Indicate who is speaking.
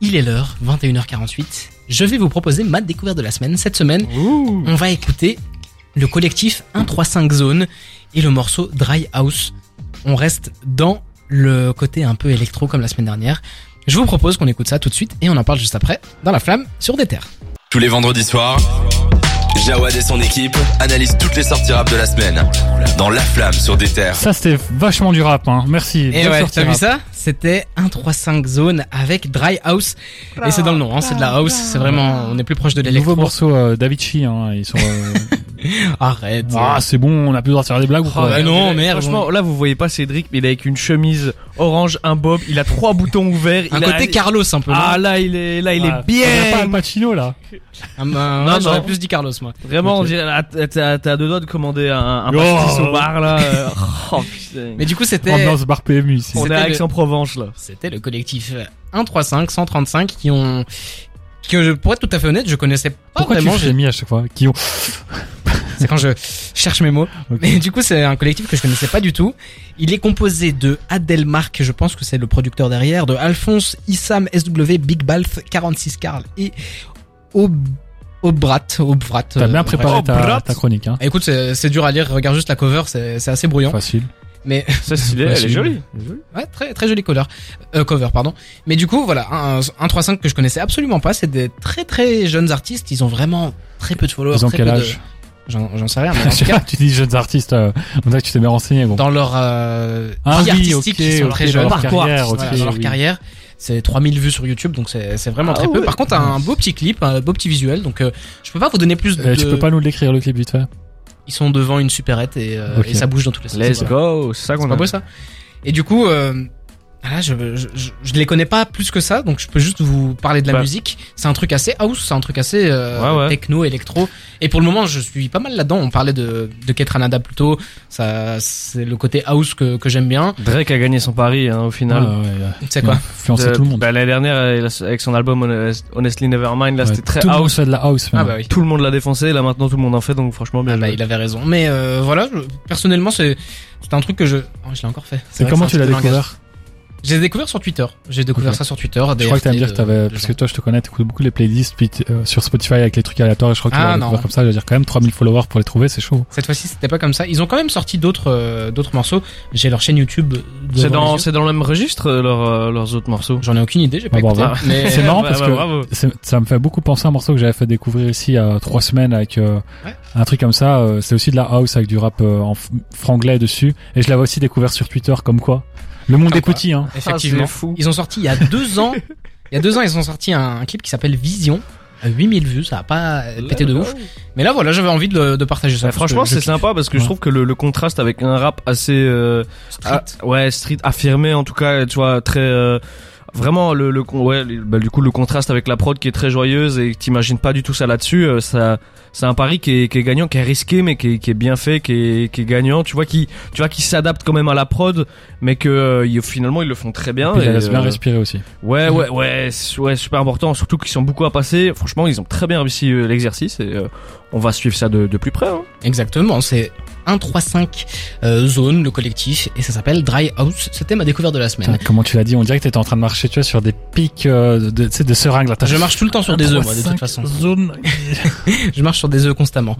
Speaker 1: Il est l'heure, 21h48. Je vais vous proposer ma découverte de la semaine. Cette semaine,
Speaker 2: Ouh.
Speaker 1: on va écouter le collectif 135 Zone et le morceau Dry House. On reste dans le côté un peu électro comme la semaine dernière. Je vous propose qu'on écoute ça tout de suite et on en parle juste après dans la flamme sur des terres.
Speaker 3: Tous les vendredis soirs, Jawad et son équipe analysent toutes les sorties rap de la semaine dans La Flamme sur des terres.
Speaker 2: Ça, c'était vachement du rap, hein. Merci.
Speaker 1: Et
Speaker 2: Bien
Speaker 1: Eh ouais,
Speaker 2: sorti,
Speaker 1: t'as vu
Speaker 2: rap.
Speaker 1: ça C'était 135 Zone avec Dry House et c'est dans le nom, hein, c'est de la house, c'est vraiment on est plus proche de
Speaker 2: Nouveau
Speaker 1: l'électro.
Speaker 2: morceau euh, d'Avicii, hein. Ils sont. euh,
Speaker 1: Arrête.
Speaker 2: ah, c'est bon, on a plus le droit de faire des blagues ou
Speaker 1: Ah,
Speaker 2: quoi
Speaker 1: bah non, merde.
Speaker 4: Franchement, là vous voyez pas Cédric, mais il est avec une chemise orange, un bob, il a trois boutons ouverts.
Speaker 1: un
Speaker 4: il a-
Speaker 1: côté Carlos un peu. non
Speaker 4: Ah là il est, là il
Speaker 2: Ah,
Speaker 4: est bien.
Speaker 2: on dirait pas Al Pacino, là.
Speaker 1: Ah, bah,
Speaker 4: Non,
Speaker 1: ouais, j'aurais
Speaker 4: non.
Speaker 1: plus dit Carlos moi.
Speaker 4: Vraiment,
Speaker 2: Ok.
Speaker 4: on dirait, là, t'as- t'as t'as deux doigts de commander un, un
Speaker 2: Oh.
Speaker 4: pastis au bar là. euh, oh, putain.
Speaker 1: Mais du coup, c'était
Speaker 2: Ambiance bar PMU ici.
Speaker 4: on est
Speaker 1: c'était
Speaker 4: à
Speaker 1: le-
Speaker 4: Aix-en-Provence là.
Speaker 1: C'était le collectif 135, 135 qui ont que je pour être tout à fait honnête, je connaissais pas
Speaker 2: Pourquoi tu
Speaker 1: vraiment.
Speaker 2: fais mis à chaque fois Qui ont.
Speaker 1: C'est quand je cherche mes mots.
Speaker 2: Ok.
Speaker 1: Mais du coup, c'est un collectif que je connaissais pas du tout. Il est composé de Adelmark, je pense que c'est le producteur derrière, de Alphonse, Issam, SW, Big Balth, 46 Carl et Ob... Obrat. Obrat.
Speaker 2: T'as
Speaker 1: euh,
Speaker 2: bien préparé
Speaker 1: bref.
Speaker 2: ta,
Speaker 4: brate.
Speaker 2: ta chronique, hein.
Speaker 1: Ah, écoute, c'est c'est dur à lire, regarde juste la cover, c'est c'est assez brouillant.
Speaker 2: Facile.
Speaker 1: Mais
Speaker 4: Ça stylé,
Speaker 2: Ouais,
Speaker 4: elle
Speaker 2: c'est
Speaker 4: est jolie.
Speaker 1: Ouais, très très jolie couleur. Euh, cover, pardon. Mais du coup, voilà, un, un 3-5 que je connaissais absolument pas. C'est des très très jeunes artistes. Ils ont vraiment très peu de followers.
Speaker 2: Ils ont
Speaker 1: très
Speaker 2: quel
Speaker 1: peu de-
Speaker 2: âge
Speaker 1: J'en j'en sais rien. Mais en tout cas,
Speaker 2: Tu dis jeunes artistes, euh, on dirait que tu t'es bien renseigné, bon.
Speaker 1: dans leur euh,
Speaker 2: Ah
Speaker 1: vie
Speaker 2: oui,
Speaker 1: artistique,
Speaker 2: ok,
Speaker 1: ils sont
Speaker 2: ok,
Speaker 1: très
Speaker 2: dans
Speaker 1: jeunes.
Speaker 2: leur
Speaker 1: Parcours
Speaker 2: carrière,
Speaker 1: artistique,
Speaker 2: ok,
Speaker 1: voilà, dans leur
Speaker 2: oui.
Speaker 1: carrière. C'est 3000 vues sur YouTube, donc c'est c'est vraiment
Speaker 4: Ah
Speaker 1: très peu.
Speaker 4: ouais.
Speaker 1: Par contre, un beau petit clip, un beau petit visuel. Donc, euh, je peux pas vous donner plus. de...
Speaker 2: Euh, Tu peux pas nous le décrire le clip vite fait
Speaker 1: Ils sont devant une supérette et, euh,
Speaker 2: Ok.
Speaker 1: et ça bouge dans tous les sens.
Speaker 4: Let's
Speaker 1: Voilà.
Speaker 4: go, c'est ça
Speaker 1: C'est
Speaker 4: qu'on
Speaker 1: pas
Speaker 4: a.
Speaker 1: beau ça Et du coup, euh, voilà, je, je, je, je les connais pas plus que ça, donc je peux juste vous parler de la
Speaker 4: Bah.
Speaker 1: musique. C'est un truc assez house, c'est un truc assez euh,
Speaker 4: Ouais, ouais.
Speaker 1: techno, électro. Et pour le moment, je suis pas mal là-dedans. On parlait de, de Ketranada plus tôt. Ça, c'est le côté house que, que j'aime bien.
Speaker 4: Drake a gagné son pari hein, au final.
Speaker 2: Ah, ouais, ouais.
Speaker 1: C'est quoi
Speaker 2: Influencer
Speaker 4: De-
Speaker 2: tout le monde.
Speaker 4: bah, L'année dernière, elle a- avec son album Honest- Honestly Nevermind, là
Speaker 2: Ouais,
Speaker 4: c'était très
Speaker 2: tout le monde
Speaker 4: house.
Speaker 2: fait de la house.
Speaker 1: Ah
Speaker 2: même.
Speaker 1: bah oui.
Speaker 4: Tout le monde l'a défoncé, là maintenant tout le monde en fait, donc franchement bien.
Speaker 1: Ah bah,
Speaker 4: joué.
Speaker 1: il avait raison. Mais euh, voilà, je- personnellement, c'est c'est un truc que je. Oh, je l'ai encore fait. C'est
Speaker 2: C'est
Speaker 1: vrai
Speaker 2: comment
Speaker 1: que c'est
Speaker 2: tu
Speaker 1: un
Speaker 2: l'as
Speaker 1: truc de langage.
Speaker 2: découvert
Speaker 1: J'ai découvert sur Twitter. J'ai découvert
Speaker 2: Ok.
Speaker 1: ça sur Twitter.
Speaker 2: Je crois que t'allais me
Speaker 1: dire
Speaker 2: dire que t'avais, parce que toi je te connais, t'écoutes beaucoup les playlists puis t- euh, sur Spotify avec les trucs aléatoires et je crois que tu
Speaker 1: Ah,
Speaker 2: l'as
Speaker 1: non.
Speaker 2: découvert comme ça, je veux dire quand même 3000 followers pour les trouver, c'est chaud.
Speaker 1: Cette fois-ci, c'était pas comme ça. Ils ont quand même sorti d'autres euh, d'autres morceaux. J'ai leur chaîne YouTube. euh, devant
Speaker 4: C'est dans,
Speaker 1: les yeux.
Speaker 4: c'est dans le même registre euh, leurs, euh, leurs autres morceaux.
Speaker 1: J'en ai aucune idée. J'ai pas
Speaker 2: Ah,
Speaker 1: écouté.
Speaker 2: bravo.
Speaker 1: Mais
Speaker 2: C'est marrant
Speaker 4: Bah,
Speaker 2: parce
Speaker 4: bah,
Speaker 2: que
Speaker 4: bravo.
Speaker 2: c'est- ça me fait beaucoup penser à un morceau que j'avais fait découvrir ici il y a trois semaines avec euh,
Speaker 1: Ouais.
Speaker 2: un truc comme ça, euh, c'est aussi de la house avec du rap euh, en f- franglais dessus et je l'avais aussi découvert sur Twitter comme quoi. Le monde
Speaker 1: Comme
Speaker 2: est
Speaker 1: quoi.
Speaker 2: petit hein.
Speaker 1: effectivement,
Speaker 4: Ah, c'est fou.
Speaker 1: ils ont sorti il y a deux ans. Il y a deux ans, ils ont sorti un, un clip qui s'appelle Vision. à 8000 vues, ça a pas euh, pété de
Speaker 4: Ah,
Speaker 1: ouf. Mais là, voilà, j'avais envie de, le- de partager ça.
Speaker 4: Bah,
Speaker 1: parce
Speaker 4: franchement,
Speaker 1: que je
Speaker 4: c'est
Speaker 1: kiffe.
Speaker 4: sympa parce que
Speaker 2: Ouais.
Speaker 4: je trouve que le, le contraste avec un rap assez euh,
Speaker 1: Street.
Speaker 4: ah, ouais street affirmé en tout cas, tu vois très euh, vraiment le, le con- ouais le- bah, du coup le contraste avec la prod qui est très joyeuse et que t'imagines pas du tout ça là-dessus, euh, ça c'est un pari qui est, qui est gagnant, qui est risqué mais qui est, qui est bien fait, qui est, qui est gagnant. Tu vois qui tu vois qui s'adapte quand même à la prod, mais que euh, ils- finalement ils le font très
Speaker 1: Ah
Speaker 4: bien.
Speaker 2: Puis je la
Speaker 4: et,
Speaker 2: laisse bien
Speaker 4: euh,
Speaker 2: respirer aussi.
Speaker 4: Ouais, ouais, ouais, su- ouais, super important. Surtout qu'ils sont beaucoup à passer. Franchement, ils ont très bien réussi euh, l'exercice et euh, on va suivre ça de, de plus près. Hein.
Speaker 1: Exactement, c'est 135 euh, zone, le collectif, et ça s'appelle Dry House. C'était ma découverte de la semaine.
Speaker 2: Putain, comment tu l'as dit, on dirait que t'étais en train de marcher tu vois sur des pics euh, de tu sais, de seringues là. T'as-
Speaker 1: Je marche tout le temps sur des œufs, moi, de
Speaker 2: 3,
Speaker 1: toute façon.
Speaker 2: 5 zones.
Speaker 1: Je marche sur des œufs constamment.